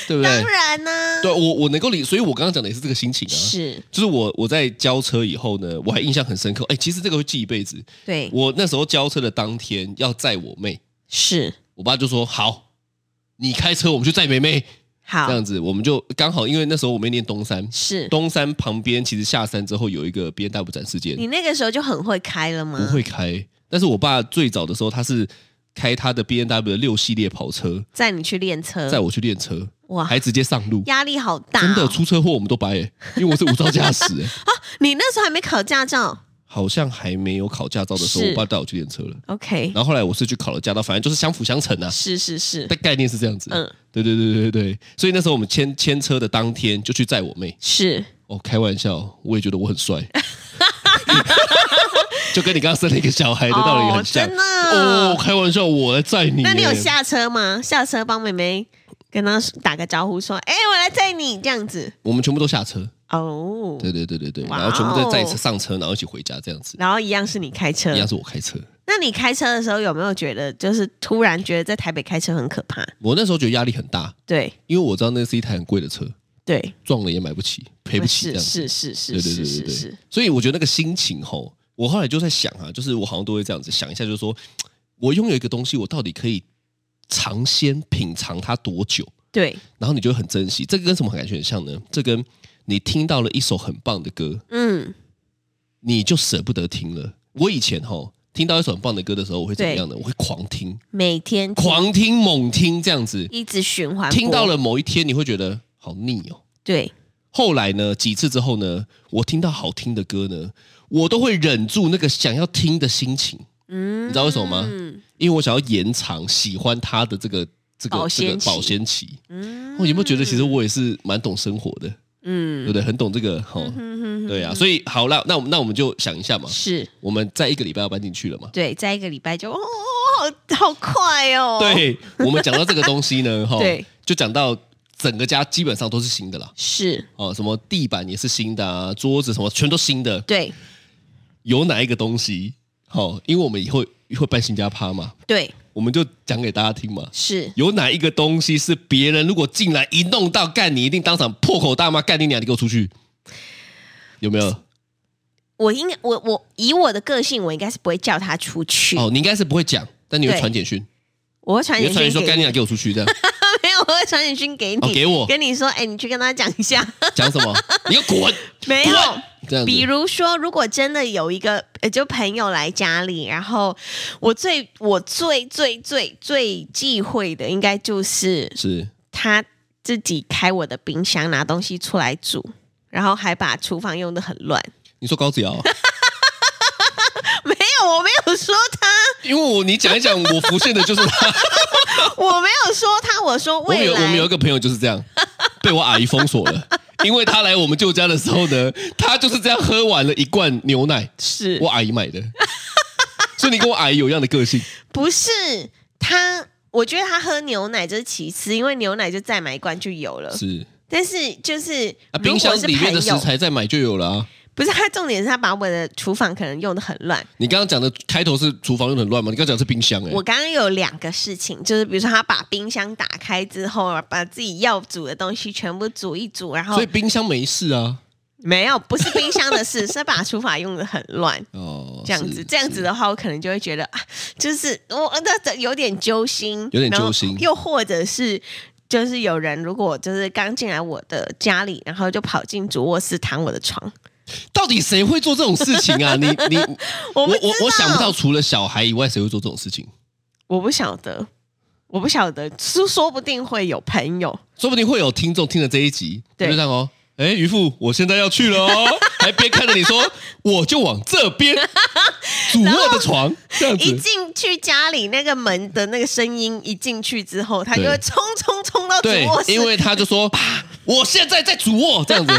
Speaker 3: 对不对
Speaker 2: 当？然啊呢、
Speaker 3: 对啊我我能够理，所以我刚刚讲的也是这个心情啊。
Speaker 2: 是
Speaker 3: 就是我我在交车以后呢，我还印象很深刻。哎，其实这个会记一辈子。
Speaker 2: 对，
Speaker 3: 我那时候交车的当天要载我妹，
Speaker 2: 是
Speaker 3: 我爸就说：“好，你开车，我们去载梅梅。”
Speaker 2: 好
Speaker 3: 这样子，我们就刚好，因为那时候我妹念东山，
Speaker 2: 是。
Speaker 3: 东山旁边其实下山之后有一个 B N W 展示间，
Speaker 2: 你那个时候就很会开了吗？
Speaker 3: 不会开。但是我爸最早的时候，他是开他的 B N W 的六系列跑车
Speaker 2: 载你去练车，
Speaker 3: 载我去练车，
Speaker 2: 嗯哇，
Speaker 3: 还直接上路。
Speaker 2: 压力好大、哦。
Speaker 3: 真的出车祸我们都白、欸，因为我是无照驾驶、 欸，
Speaker 2: 你那时候还没考驾照
Speaker 3: 好像还没有考驾照的时候，
Speaker 2: 是
Speaker 3: 我爸带我去练车了。
Speaker 2: ？OK，
Speaker 3: 然后后来我是去考了驾照，反正就是相辅相成啊。
Speaker 2: 是是是
Speaker 3: 但，概念是这样子，
Speaker 2: 嗯，
Speaker 3: 对对对对对对。所以那时候我们牵牵车的当天就去载我妹，
Speaker 2: 是
Speaker 3: 哦，开玩笑，我也觉得我很帅， 就跟你刚刚生了一个小孩的道理很像
Speaker 2: 哦真。
Speaker 3: 哦，
Speaker 2: 的。
Speaker 3: 开玩笑，我来载你耶。
Speaker 2: 那你有下车吗？下车帮妹妹跟她打个招呼，说：“哎、我来载你。”这样子
Speaker 3: 我们全部都下车，
Speaker 2: 哦。
Speaker 3: 对对对对对，
Speaker 2: 哇哦
Speaker 3: 然后全部都再次上车，然后一起回家这样子。
Speaker 2: 然后一样是你开车
Speaker 3: 一，样是我开车，
Speaker 2: 那你开车的时候有没有觉得，就是突然觉得在台北开车很可怕？
Speaker 3: 我那时候觉得压力很大，
Speaker 2: 对
Speaker 3: 因为我知道那是一台很贵的车，
Speaker 2: 对，
Speaker 3: 撞了也买不起，赔不起这
Speaker 2: 是是
Speaker 3: 样子。
Speaker 2: 是是
Speaker 3: 对对
Speaker 2: 是
Speaker 3: 对对
Speaker 2: 是
Speaker 3: 对
Speaker 2: 是，。
Speaker 3: 所以我觉得那个心情吼，我后来就在想啊，就是我好像都会这样子想一下，就是说我拥有一个东西，我到底可以尝鲜品尝它多久？
Speaker 2: 对，
Speaker 3: 然后你就会很珍惜。这个跟什么感觉很像呢？这跟你听到了一首很棒的歌，
Speaker 2: 嗯，
Speaker 3: 你就舍不得听了。我以前吼听到一首很棒的歌的时候，我会怎么样呢？我会狂听、
Speaker 2: 每天听
Speaker 3: 狂听、猛听这样子，
Speaker 2: 一直循环播，
Speaker 3: 听到了某一天，你会觉得好腻哦。
Speaker 2: 对，
Speaker 3: 后来呢，几次之后呢，我听到好听的歌呢，我都会忍住那个想要听的心情，
Speaker 2: 嗯，
Speaker 3: 你知道为什么吗
Speaker 2: 嗯，
Speaker 3: 因为我想要延长喜欢它的这个这个
Speaker 2: 保
Speaker 3: 这个
Speaker 2: 鲜期
Speaker 3: 保鲜期。哦我有没有觉得其实我也是蛮懂生活的，对
Speaker 2: 嗯
Speaker 3: 不，对？很懂这个哈、对啊。所以好了，那我们那我们就想一下嘛，
Speaker 2: 是
Speaker 3: 我们在一个礼拜要搬进去了嘛。
Speaker 2: 对，在一个礼拜就哦，好好快哦，，
Speaker 3: 对，我们讲到这个东 西呢，哈
Speaker 2: 对，
Speaker 3: 就讲到整个家基本上都是新的啦，
Speaker 2: 是，
Speaker 3: 哦，什么地板也是新的啊，桌子什么全都新的，
Speaker 2: 对
Speaker 3: 有哪一个东西？好、因为我们以后会办新家趴嘛，
Speaker 2: 对
Speaker 3: 我们就讲给大家听嘛。
Speaker 2: 是，
Speaker 3: 有哪一个东西是别人如果进来一弄到干你，一定当场破口大骂干你娘，你给我出去，有没有？
Speaker 2: 我应该我我以我的个性，我应该是不会叫他出去，
Speaker 3: 哦，你应该是不会讲，但你会
Speaker 2: 对
Speaker 3: 传简讯，
Speaker 2: 我会传
Speaker 3: 你会
Speaker 2: 简
Speaker 3: 传
Speaker 2: 讯
Speaker 3: 简讯说
Speaker 2: 给
Speaker 3: 干你
Speaker 2: 你，
Speaker 3: 娘，给我出去，这样
Speaker 2: 没有，我会传简讯给你，
Speaker 3: 哦给我
Speaker 2: 跟你说，哎，你去跟他讲一下，
Speaker 3: 讲什么？你要滚，
Speaker 2: 没有。
Speaker 3: 滚这样子
Speaker 2: 比。如说，如果真的有一个，呃，就朋友来家里，然后我最我最最最最忌讳的，应该就是
Speaker 3: 是
Speaker 2: 他自己开我的冰箱拿东西出来煮，然后还把厨房用的很乱。
Speaker 3: 你说高子啊尧，
Speaker 2: 没有，我没有说他，
Speaker 3: 因为我你讲一讲，我浮现的就是他。
Speaker 2: 我没有说他，我说
Speaker 3: 我们
Speaker 2: 未
Speaker 3: 有我
Speaker 2: 来
Speaker 3: 们有一个朋友就是这样，被我阿姨封锁了。因为他来我们舅家的时候呢，他就是这样喝完了一罐牛奶，
Speaker 2: 是
Speaker 3: 我阿姨买的，所以你跟我阿姨有一样的个 性，
Speaker 2: 不是他？我觉得他喝牛奶这是其次，因为牛奶就再买一罐就有了。
Speaker 3: 是
Speaker 2: 但是就是、
Speaker 3: 啊，
Speaker 2: 如
Speaker 3: 冰箱
Speaker 2: 果是
Speaker 3: 里面的
Speaker 2: 朋
Speaker 3: 食
Speaker 2: 友，
Speaker 3: 材再买就有了啊。
Speaker 2: 不是他重点是他把我的厨房可能用的很乱。
Speaker 3: 你刚刚讲的开头是厨房用得很乱吗？你刚刚讲的是冰箱哎、
Speaker 2: 我刚刚有两个事情，就是比如说他把冰箱打开之后，把自己要煮的东西全部煮一煮，然后
Speaker 3: 所以冰箱没事啊。
Speaker 2: 没有不是冰箱的事， 是把厨房用的很乱。
Speaker 3: 哦，
Speaker 2: 这样
Speaker 3: 是
Speaker 2: 子，这样子
Speaker 3: 是
Speaker 2: 的话，我可能就会觉得啊，就是我那这有点揪心，
Speaker 3: 有点
Speaker 2: 然后
Speaker 3: 揪心
Speaker 2: 又或者是。就是有人如果就是刚进来我的家里，然后就跑进主卧室躺我的床，
Speaker 3: 到底谁会做这种事情啊？你 你
Speaker 2: 我
Speaker 3: 我
Speaker 2: 不
Speaker 3: 我
Speaker 2: 知
Speaker 3: 我想不
Speaker 2: 道
Speaker 3: 到，除了小孩以外，谁会做这种事情？
Speaker 2: 我不晓得，我不晓得，说说不定会有朋友，
Speaker 3: 说不定会有听众听了这一集，
Speaker 2: 对
Speaker 3: 他就这样哦。哎，渔夫，我现在要去 了哦，还边看着你说，我就往这边，主卧的床这样
Speaker 2: 一
Speaker 3: 子，
Speaker 2: 进去家里那个门的那个声音一进去之后，他就
Speaker 3: 对
Speaker 2: 会冲冲冲到主
Speaker 3: 对
Speaker 2: 卧，室，
Speaker 3: 因为他 就说，爸我现在在主卧这样子，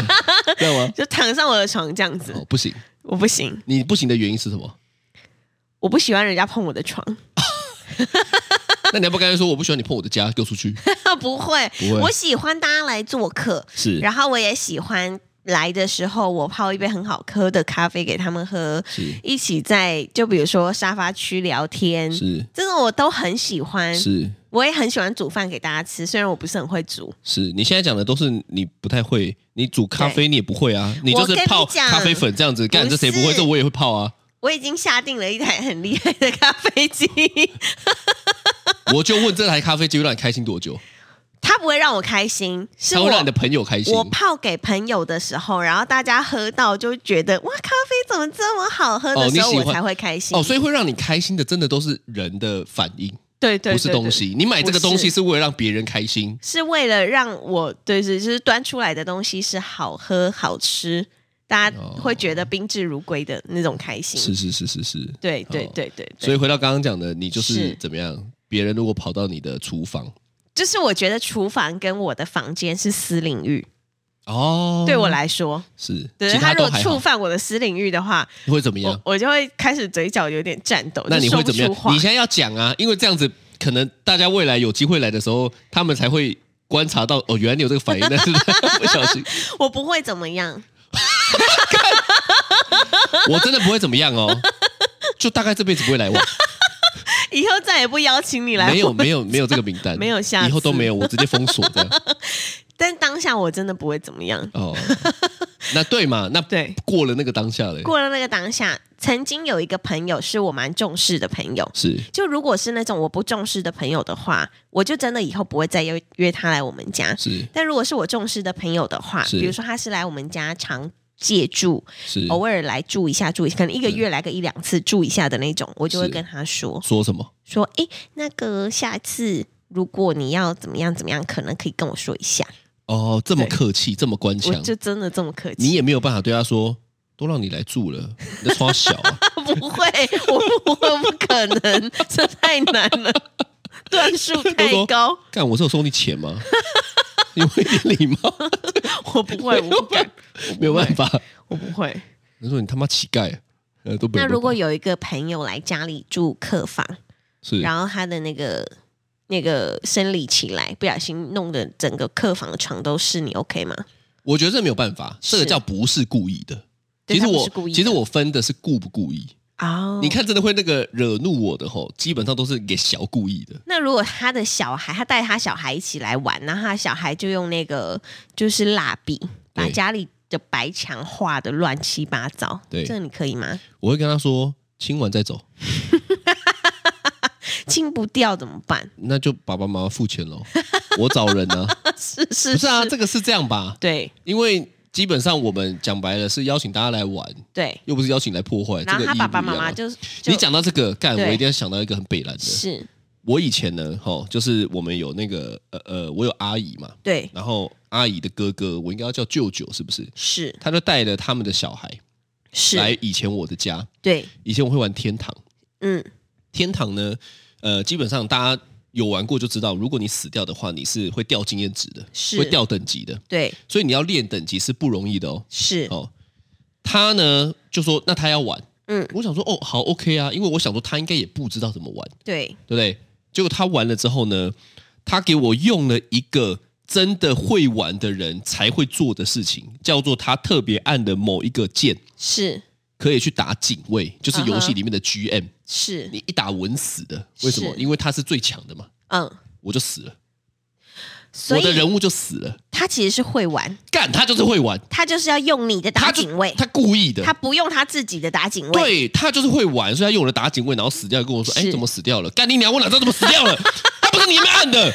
Speaker 3: 这样吗？
Speaker 2: 就躺上我的床这样子，
Speaker 3: 哦，不行，
Speaker 2: 我不行，
Speaker 3: 你不行的原因是什么？
Speaker 2: 我不喜欢人家碰我的床。
Speaker 3: 那你要不干脆说，我不喜欢你碰我的家，给我 出去。
Speaker 2: 不会，
Speaker 3: 不会
Speaker 2: 我喜欢大家来做客，
Speaker 3: 是
Speaker 2: 然后我也喜欢来的时候，我泡一杯很好喝的咖啡给他们喝，
Speaker 3: 是
Speaker 2: 一起在就比如说沙发区聊天，
Speaker 3: 是
Speaker 2: 这种我都很喜欢。
Speaker 3: 是
Speaker 2: 我也很喜欢煮饭给大家吃，虽然我不是很会煮，
Speaker 3: 是，你现在讲的都是你不太会，你煮咖啡你也不会啊，你就
Speaker 2: 我
Speaker 3: 是
Speaker 2: 跟你
Speaker 3: 泡
Speaker 2: 讲
Speaker 3: 咖啡粉这样子，干
Speaker 2: 不
Speaker 3: 这谁不会？
Speaker 2: 是
Speaker 3: 这我也会泡啊，
Speaker 2: 我已经下定了一台很厉害的咖啡机，
Speaker 3: 我就问这台咖啡机会让你开心多久？
Speaker 2: 它不会让我开心，是
Speaker 3: 它会
Speaker 2: 我
Speaker 3: 让你的朋友开心。
Speaker 2: 我泡给朋友的时候，然后大家喝到就觉得哇，咖啡怎么这么好喝
Speaker 3: 哦
Speaker 2: 的
Speaker 3: 你
Speaker 2: 时候，
Speaker 3: 喜
Speaker 2: 我
Speaker 3: 欢
Speaker 2: 才会开心。
Speaker 3: 哦，所以会让你开心的，真的都是人的反应，
Speaker 2: 对对对
Speaker 3: 不是
Speaker 2: 对
Speaker 3: 东西。你买这个东西
Speaker 2: 不
Speaker 3: 是为了让别人开心，
Speaker 2: 是为了让我对是就是端出来的东西是好喝好吃，大家
Speaker 3: 哦
Speaker 2: 会觉得宾至如归的那种开心。
Speaker 3: 是是是是是。
Speaker 2: 对对
Speaker 3: 哦
Speaker 2: 对对对，
Speaker 3: 所以回到刚刚讲的，你就是
Speaker 2: 是
Speaker 3: 怎么样？别人如果跑到你的厨房，
Speaker 2: 就是我觉得厨房跟我的房间是私领域，
Speaker 3: 哦，
Speaker 2: 对我来说，
Speaker 3: 是，
Speaker 2: 对
Speaker 3: 其
Speaker 2: 他如
Speaker 3: 都
Speaker 2: 果
Speaker 3: 还
Speaker 2: 触
Speaker 3: 好，
Speaker 2: 犯我的私领域的话，
Speaker 3: 会怎么样
Speaker 2: 我？我就会开始嘴角有点颤抖，
Speaker 3: 那
Speaker 2: 就
Speaker 3: 你
Speaker 2: 说
Speaker 3: 会
Speaker 2: 不
Speaker 3: 怎么样
Speaker 2: 出话？
Speaker 3: 你现在要讲啊，因为这样子，可能大家未来有机会来的时候，他们才会观察到哦，原来你有这个反应，但是 不小心，
Speaker 2: 我不会怎么样，
Speaker 3: 我真的不会怎么样哦，就大概这辈子不会来往，
Speaker 2: 以后再也不邀请你来。
Speaker 3: 没有没有没有这个名单，
Speaker 2: 没有下次
Speaker 3: 以后都没有，我直接封锁这样。
Speaker 2: 但当下我真的不会怎么样。
Speaker 3: 哦，那对嘛，那
Speaker 2: 对，
Speaker 3: 过了那个当下嘞，
Speaker 2: 过了那个当下，曾经有一个朋友是我蛮重视的朋友，
Speaker 3: 是
Speaker 2: 就如果是那种我不重视的朋友的话，我就真的以后不会再约约他来我们家。
Speaker 3: 是
Speaker 2: 但如果是我重视的朋友的话，
Speaker 3: 是
Speaker 2: 比如说他是来我们家常借住，
Speaker 3: 是，
Speaker 2: 偶尔来住一下住一下，可能一个月来个一两次住一下的那种，我就会
Speaker 3: 是
Speaker 2: 跟他说
Speaker 3: 说什么？
Speaker 2: 说，诶，那个下次如果你要怎么样怎么样，可能可以跟我说一下。
Speaker 3: 哦，这么
Speaker 2: 对
Speaker 3: 客气，这么官
Speaker 2: 我
Speaker 3: 腔，
Speaker 2: 就真的这么客气，
Speaker 3: 你也没有办法对他说，都让你来住了，你的窗小啊，
Speaker 2: 不会，我不会，不可能， 这太难 了，段数太高，
Speaker 3: 干，我是有收你 钱吗？有一点礼貌，
Speaker 2: 我不会，我不敢，
Speaker 3: 没有办法。
Speaker 2: 我不会。
Speaker 3: 他说你他妈乞丐，呃，都不
Speaker 2: 那如果有一个朋友来家里住客房，
Speaker 3: 是
Speaker 2: 然后他的那个那个生理起来，不小心弄得整个客房的床都是，你 OK 吗？
Speaker 3: 我觉得这没有办法，这个
Speaker 2: 是
Speaker 3: 叫不是故意的。
Speaker 2: 对
Speaker 3: 其实
Speaker 2: 他不
Speaker 3: 我
Speaker 2: 是故意的
Speaker 3: 其实我分的是故不故意。
Speaker 2: 哦
Speaker 3: 你，看，真的会那个惹怒我的吼，基本上都是给小故意的。
Speaker 2: 那如果他的小孩，他带他小孩一起来玩，然后他小孩就用那个就是蜡笔把
Speaker 3: 对
Speaker 2: 家里的白墙画的乱七八糟，
Speaker 3: 对
Speaker 2: 这你可以吗？
Speaker 3: 我会跟他说，亲完再走，
Speaker 2: 清不掉怎么办？
Speaker 3: 那就爸爸妈妈付钱喽。我找人啊，
Speaker 2: 是是
Speaker 3: 不是啊，这个是这样吧？
Speaker 2: 对
Speaker 3: 因为基本上我们讲白了是邀请大家来玩，
Speaker 2: 对。
Speaker 3: 又不是邀请来破坏。
Speaker 2: 然后
Speaker 3: 这个
Speaker 2: 他
Speaker 3: 意义
Speaker 2: 爸爸
Speaker 3: 不一
Speaker 2: 妈
Speaker 3: 样啊
Speaker 2: 妈就是
Speaker 3: 你讲到这个，干，
Speaker 2: 对
Speaker 3: 我一定要想到一个很北蓝的。
Speaker 2: 是
Speaker 3: 我以前呢，哈、就是我们有那个呃呃，我有阿姨嘛，
Speaker 2: 对
Speaker 3: 然后阿姨的哥哥，我应该要叫舅舅，是不是？
Speaker 2: 是
Speaker 3: 他就带了他们的小孩来
Speaker 2: 是，
Speaker 3: 以前我的家，
Speaker 2: 对，
Speaker 3: 以前我会玩天堂，
Speaker 2: 嗯
Speaker 3: 天堂呢，呃，基本上大家。有玩过就知道，如果你死掉的话，你是会掉经验值的，
Speaker 2: 是
Speaker 3: 会掉等级的，
Speaker 2: 对，
Speaker 3: 所以你要练等级是不容易的哦。
Speaker 2: 是，
Speaker 3: 哦，他呢就说那他要玩，
Speaker 2: 嗯，
Speaker 3: 我想说哦好 OK 啊，因为我想说他应该也不知道怎么玩，
Speaker 2: 对，
Speaker 3: 对不对？结果他玩了之后呢，他给我用了一个真的会玩的人才会做的事情，叫做他特别按的某一个键
Speaker 2: 是
Speaker 3: 可以去打警卫，就是
Speaker 2: 嗯
Speaker 3: 游戏里面的 GM，、
Speaker 2: 是，
Speaker 3: 你一打稳死的，为什么？
Speaker 2: 是
Speaker 3: 因为他是最强的嘛，
Speaker 2: 嗯，
Speaker 3: 我就死了，
Speaker 2: 所
Speaker 3: 我的
Speaker 2: 以
Speaker 3: 人物就死了，
Speaker 2: 他其实是会玩，
Speaker 3: 干他就是会玩，
Speaker 2: 他就是要用你的打
Speaker 3: 他就
Speaker 2: 警卫，
Speaker 3: 他故意的，
Speaker 2: 他不用他自己的打警卫，
Speaker 3: 对他就是会玩，所以他用了打警卫，然后死掉，跟我说：“
Speaker 2: 是
Speaker 3: 哎，怎么死掉了？干你娘！我哪知道怎么死 掉了？他不是你们按的。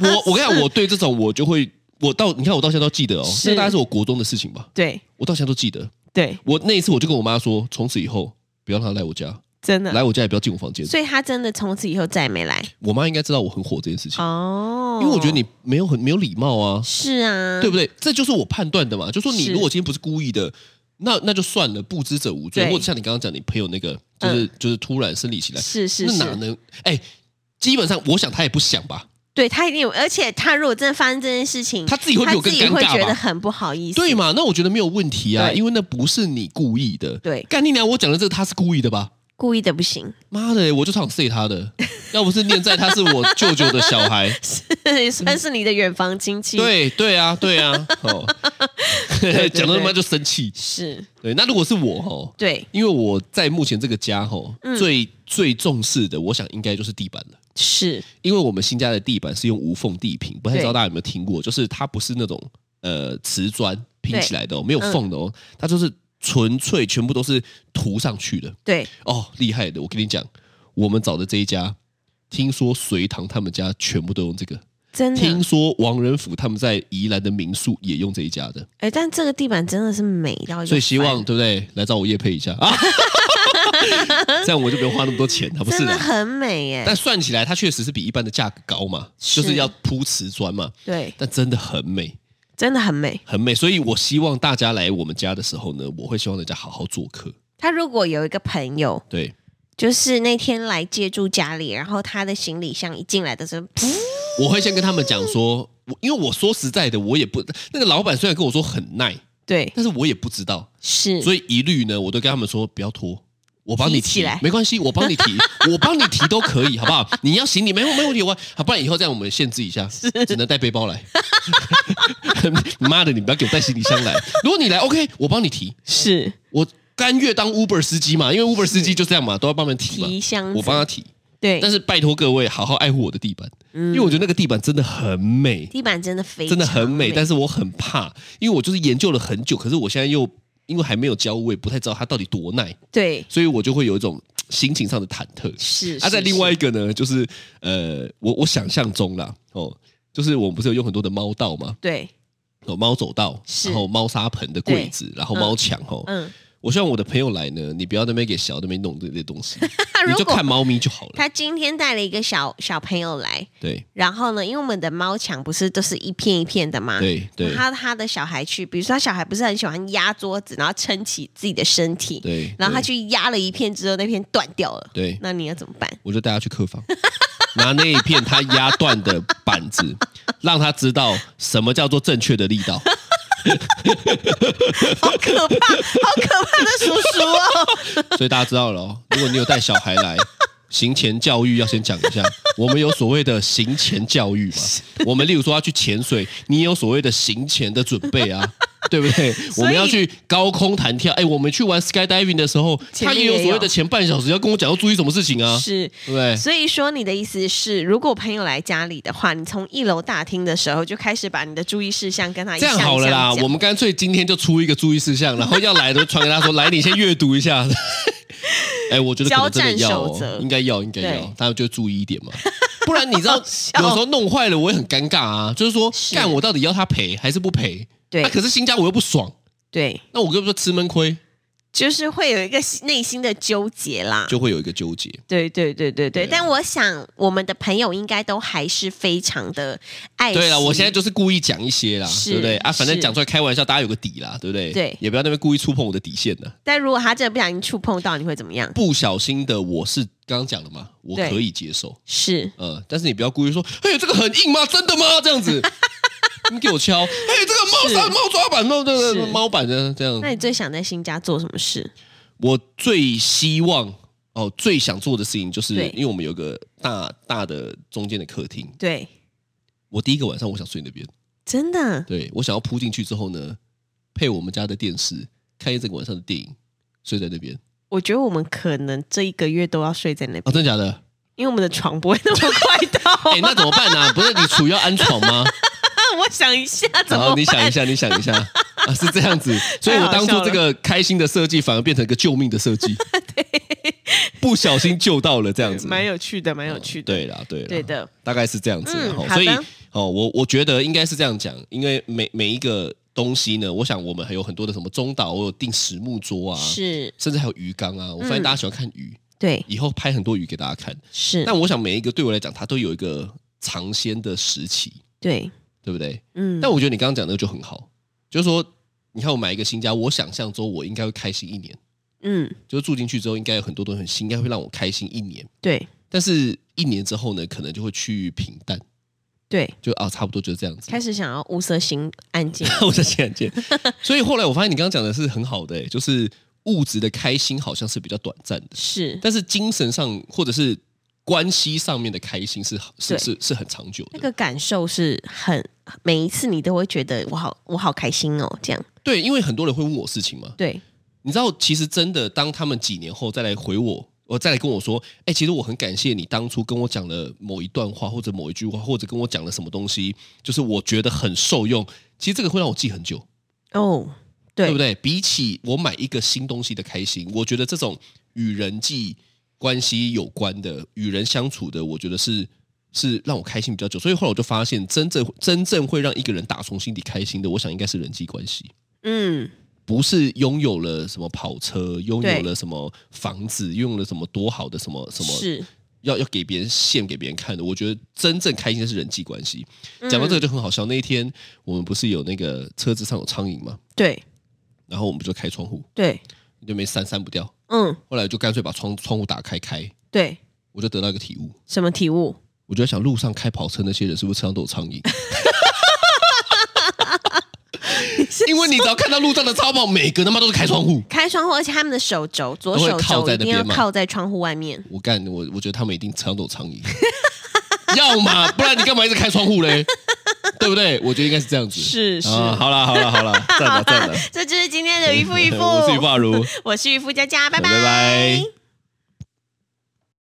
Speaker 3: 我”我跟你讲，我对这种我就会，我到你看我到现在都记得哦，
Speaker 2: 是
Speaker 3: 这大概是我国中的事情吧，
Speaker 2: 对
Speaker 3: 我到现在都记得。
Speaker 2: 对，
Speaker 3: 我那一次我就跟我妈说，从此以后不要让她来我家，
Speaker 2: 真的。
Speaker 3: 来我家也不要进我房间。
Speaker 2: 所以他真的从此以后再也没来
Speaker 3: 我妈应该知道我很火这件事情，
Speaker 2: 哦，
Speaker 3: 因为我觉得你没有很没有礼貌啊，
Speaker 2: 是啊，
Speaker 3: 对不对？这就是我判断的嘛，就说你
Speaker 2: 是
Speaker 3: 如果今天不是故意的，那那就算了，不知者无罪，
Speaker 2: 对嗯
Speaker 3: 或者像你刚刚讲，你朋友那个就是、就是突然生理起来，
Speaker 2: 是是
Speaker 3: 那哪
Speaker 2: 是，
Speaker 3: 能？哎，基本上我想他也不想吧，
Speaker 2: 对他一定有，而且他如果真的发生这件事情，
Speaker 3: 他自己会比我
Speaker 2: 他
Speaker 3: 更
Speaker 2: 自己
Speaker 3: 尴
Speaker 2: 会
Speaker 3: 尬
Speaker 2: 觉得
Speaker 3: 吧？
Speaker 2: 很不好意思，
Speaker 3: 对？嘛？那我觉得没有问题啊，
Speaker 2: 对
Speaker 3: 因为那不是你故意的。
Speaker 2: 对，
Speaker 3: 干你娘！我讲的这个他是故意的吧？
Speaker 2: 故意的不行，
Speaker 3: 妈的，我就想 say 他的，要不是念在他是我舅舅的小 孩，
Speaker 2: 也算是你的远房亲戚，，
Speaker 3: 嗯对对啊，对啊，哦，
Speaker 2: 对
Speaker 3: 讲到他妈就生气。
Speaker 2: 是，
Speaker 3: 对，那如果是我哦，
Speaker 2: 对，
Speaker 3: 因为我在目前这个家吼，
Speaker 2: 嗯
Speaker 3: 最最重视的，我想应该就是地板了。
Speaker 2: 是，
Speaker 3: 因为我们新家的地板是用无缝地坪，不太
Speaker 2: 对
Speaker 3: 知道大家有没有听过，就是它不是那种呃瓷砖拼起来的哦，没有缝的哦，
Speaker 2: 嗯
Speaker 3: 它就是纯粹全部都是涂上去的。
Speaker 2: 对，
Speaker 3: 哦，厉害的！我跟你讲，我们找的这一家，听说隋唐他们家全部都用这个，
Speaker 2: 真
Speaker 3: 听
Speaker 2: 的，
Speaker 3: 说王仁甫他们在宜兰的民宿也用这一家的，
Speaker 2: 哎，但这个地板真的是美到一个翻，
Speaker 3: 所以希望对不对来找我叶配 一下 啊，这样我就不用花那么多钱，他不是
Speaker 2: 真的
Speaker 3: 啦。
Speaker 2: 很美耶，
Speaker 3: 但算起来，它确实是比一般的价格高嘛，
Speaker 2: 是
Speaker 3: 就是要铺瓷砖嘛。
Speaker 2: 对，
Speaker 3: 但真的很美，
Speaker 2: 真的很美。
Speaker 3: 很美。所以我希望大家来我们家的时候呢，我会希望大家好好做客。
Speaker 2: 他如果有一个朋友，
Speaker 3: 对，
Speaker 2: 就是那天来借住家里，然后他的行李箱一进来的时候，噗
Speaker 3: 我会先跟他们讲说，我因为我说实在的，我也不那个老板虽然跟我说很耐，
Speaker 2: 对，
Speaker 3: 但是我也不知道，
Speaker 2: 是，
Speaker 3: 所以一律呢，我都跟他们说不要拖。我帮你
Speaker 2: 提起
Speaker 3: 提
Speaker 2: 来，
Speaker 3: 没关系，我帮 你提，我帮你提都可以，好不好？你要行李没有没问题，我好，不然以后这样我们限制一下，只能带背包来。 妈的，你不要给我带行李箱来。如果你来，OK，我帮你提，
Speaker 2: 是
Speaker 3: 我甘愿当 Uber 司机嘛，因为 Uber 司机就这样嘛，都要帮忙提嘛，
Speaker 2: 提箱子，
Speaker 3: 我帮他提。
Speaker 2: 对，
Speaker 3: 但是拜托各位，好好爱护我的地板，
Speaker 2: 嗯
Speaker 3: 因为我觉得那个地板真的很美，
Speaker 2: 地板真的非常
Speaker 3: 真的很美。
Speaker 2: 美，
Speaker 3: 但是我很怕，因为我就是研究了很久，可是我现在又因为还没有交位，不太知道它到底多耐，
Speaker 2: 对，
Speaker 3: 所以我就会有一种嘖心情上的忐忑。
Speaker 2: 是。
Speaker 3: 啊，在
Speaker 2: 是
Speaker 3: 另外一
Speaker 2: 是
Speaker 3: 个呢，就是呃，我我想象中啦，哦，就是我们不是有用很多的猫道嘛，
Speaker 2: 对，
Speaker 3: 有猫走道，
Speaker 2: 是
Speaker 3: 然后猫砂盆的柜子，然后猫墙哦，
Speaker 2: 嗯，
Speaker 3: 我希望我的朋友来呢，你不要在那边给小那边弄这些东西，
Speaker 2: 那
Speaker 3: 你
Speaker 2: 如
Speaker 3: 就
Speaker 2: 果
Speaker 3: 看猫咪就好了。
Speaker 2: 他今天带了一个小小朋友来，
Speaker 3: 对
Speaker 2: 然后呢，因为我们的猫墙不是都是一片一片的吗？。
Speaker 3: 对对
Speaker 2: 他他的小孩去，比如说他小孩不是很喜欢压桌子，然后撑起自己的身体，
Speaker 3: 对，
Speaker 2: 然后他
Speaker 3: 对
Speaker 2: 去压了一片之后，那片断掉了。
Speaker 3: 对，
Speaker 2: 那你要怎么办？
Speaker 3: 我就带他去客房， 拿那一片他压断的板子，让他知道什么叫做正确的力道。
Speaker 2: 好可怕，好可怕的叔叔哦！
Speaker 3: 所以大家知道了哦，如果你有带小孩来。行前教育要先讲一下，我们有所谓的行前教育嘛？ 我们例如说要去潜水，你也有所谓的行前的准备啊，对不对？我们要去高空弹跳，哎，我们去玩 skydiving 的时候，
Speaker 2: 前
Speaker 3: 他
Speaker 2: 面
Speaker 3: 也有
Speaker 2: 也
Speaker 3: 所谓
Speaker 2: 有
Speaker 3: 的前半小时要跟我讲要注意什么事情啊，
Speaker 2: 是，
Speaker 3: 对不对？
Speaker 2: 所以说你的意思是，如果朋友来家里的话，你从一楼大厅的时候就开始把你的注意事项跟他一
Speaker 3: 这
Speaker 2: 项
Speaker 3: 样
Speaker 2: 一项
Speaker 3: 好了啦，
Speaker 2: 讲
Speaker 3: 我们干脆今天就出一个注意事项，然后要来的传给他说，来你先阅读一下。 哎，我觉得可能真的要、
Speaker 2: 交战守则
Speaker 3: 哦，应该要，应该要
Speaker 2: 对，
Speaker 3: 他就注意一 点嘛。不然你知道，有
Speaker 2: 笑
Speaker 3: 时候弄坏了我也很尴尬啊。就是说，
Speaker 2: 是
Speaker 3: 干我到底要他赔还是不赔？
Speaker 2: 对
Speaker 3: 啊可是新家我又不爽，
Speaker 2: 对
Speaker 3: 那我根本就吃闷亏。
Speaker 2: 就是会有一个内心的纠结啦。
Speaker 3: 就会有一个纠结。
Speaker 2: 对对对对对，
Speaker 3: 对啊
Speaker 2: 但我想我们的朋友应该都还是非常的爱惜。
Speaker 3: 对了，我现在就是故意讲一些啦，
Speaker 2: 哎是
Speaker 3: 对不对啊？反正
Speaker 2: 是
Speaker 3: 讲出来开玩笑，大家有个底啦，对不对？
Speaker 2: 对
Speaker 3: 也不要那边故意触碰我的底线呢。
Speaker 2: 但如果他真的不小心触碰到，你会怎么样？
Speaker 3: 不小心的，我是刚刚讲了嘛，我
Speaker 2: 对
Speaker 3: 可以接受，
Speaker 2: 是
Speaker 3: 呃，但是你不要故意说，嘿，这个很硬吗？真的吗？这样子， 你给我敲，嘿，这个猫砂、
Speaker 2: 是
Speaker 3: 猫抓板、猫这
Speaker 2: 是
Speaker 3: 个猫板的这样
Speaker 2: 那。你最想在新家做什么事？
Speaker 3: 我最希望哦，最想做的事情就是
Speaker 2: 对，
Speaker 3: 因为我们有个大大的中间的客厅，
Speaker 2: 对，
Speaker 3: 我第一个晚上我想睡那边，
Speaker 2: 真的
Speaker 3: 对我想要铺进去之后呢，配我们家的电视看一整个晚上的电影，睡在那边
Speaker 2: 我觉得我们可能这一个月都要睡在那边，
Speaker 3: 啊，真的假 的？
Speaker 2: 因为我们的床不会那么快到。
Speaker 3: 哎、那怎么办呢、不是你处于要安床吗？
Speaker 2: 我想一下怎
Speaker 3: 然
Speaker 2: 么
Speaker 3: 后
Speaker 2: 办？
Speaker 3: 你想一下，你想一下啊，是这样子， 所以我当初这个开心的设计反而变成一个救命的 设计，不小心救到了这样子，
Speaker 2: 蛮有趣的，蛮有趣的。
Speaker 3: 对啦，对啦，
Speaker 2: 对的，
Speaker 3: 大概是这样子啦，
Speaker 2: 嗯
Speaker 3: 吼
Speaker 2: 好的
Speaker 3: 所以哦，我我觉得应该是这样讲，因为每每一个东西呢，我想我们还有很多的什么中岛，我有订实木桌啊，
Speaker 2: 是，嗯
Speaker 3: 甚至还有鱼缸啊，我发现大家喜欢看鱼，
Speaker 2: 对，
Speaker 3: 以后拍很多鱼给大家看，
Speaker 2: 是，
Speaker 3: 但我想每一个对我来讲，它都有一个尝鲜的时期，
Speaker 2: 对，
Speaker 3: 对不对？
Speaker 2: 嗯，
Speaker 3: 但我觉得你刚刚讲的就很好，就是说，你看我买一个新家，我想象中我应该会开心一年，
Speaker 2: 嗯，
Speaker 3: 就是住进去之后应该有很多东西很新，应该会让我开心一年。
Speaker 2: 对，
Speaker 3: 但是一年之后呢，可能就会趋于平淡，
Speaker 2: 对，
Speaker 3: 就啊，差不多就是这样子。
Speaker 2: 开始想要物色新案件。
Speaker 3: 我在新案件，所以后来我发现你刚刚讲的是很好的、欸，就是物质的开心好像是比较短暂的，
Speaker 2: 是
Speaker 3: 但是精神上或者是关系上面的开心是是
Speaker 2: 对
Speaker 3: 是是很长久的。
Speaker 2: 那个感受是很，每一次你都会觉得我好，我好开心哦，这样。
Speaker 3: 对，因为很多人会问我事情嘛，
Speaker 2: 对，
Speaker 3: 你知道，其实真的，当他们几年后再来回我，我再来跟我说，哎、其实我很感谢你当初跟我讲了某一段话，或者某一句话，或者跟我讲了什么东西，就是我觉得很受用。其实这个会让我记很久，
Speaker 2: 哦，对，
Speaker 3: 对不对？比起我买一个新东西的开心，我觉得这种与人际关系有关的、与人相处的，我觉得是是让我开心比较久。所以后来我就发现，真正真正会让一个人打从心底开心的，我想应该是人际关系。
Speaker 2: 嗯，
Speaker 3: 不是拥有了什么跑车，拥有了什么房子，拥有了什么多好的什么什么，
Speaker 2: 是
Speaker 3: 要要给别人献给别人看的。我觉得真正开心的是人际关系。讲到这个就很好笑，那一天我们不是有那个车子上有苍蝇嘛，
Speaker 2: 对，
Speaker 3: 然后我们就开窗户，
Speaker 2: 对，
Speaker 3: 就没删删不掉。
Speaker 2: 嗯，
Speaker 3: 后来就干脆把窗窗户打开开，
Speaker 2: 对，
Speaker 3: 我就得到一个体悟，
Speaker 2: 什么体悟？
Speaker 3: 我就在想路上开跑车那些人是不是车上都有苍蝇？因为你只要看到路上的超跑，每个他妈都是开窗户。
Speaker 2: 开窗户，而且他们的手肘，左
Speaker 3: 都会
Speaker 2: 手
Speaker 3: 靠
Speaker 2: 肘
Speaker 3: 在
Speaker 2: 一定
Speaker 3: 那
Speaker 2: 要
Speaker 3: 边嘛
Speaker 2: 靠在窗户外面。
Speaker 3: 我干，我我觉得他们一定常有苍蝇， 要嘛，不然你干嘛一直开窗户嘞？对不对？我觉得应该是这样子。
Speaker 2: 是是
Speaker 3: 啊，好啦好啦 好啦，赞了赞了，
Speaker 2: 这就是今天的渔夫渔夫，
Speaker 3: 我是于发如，
Speaker 2: 我是渔夫佳佳，拜
Speaker 3: 拜拜。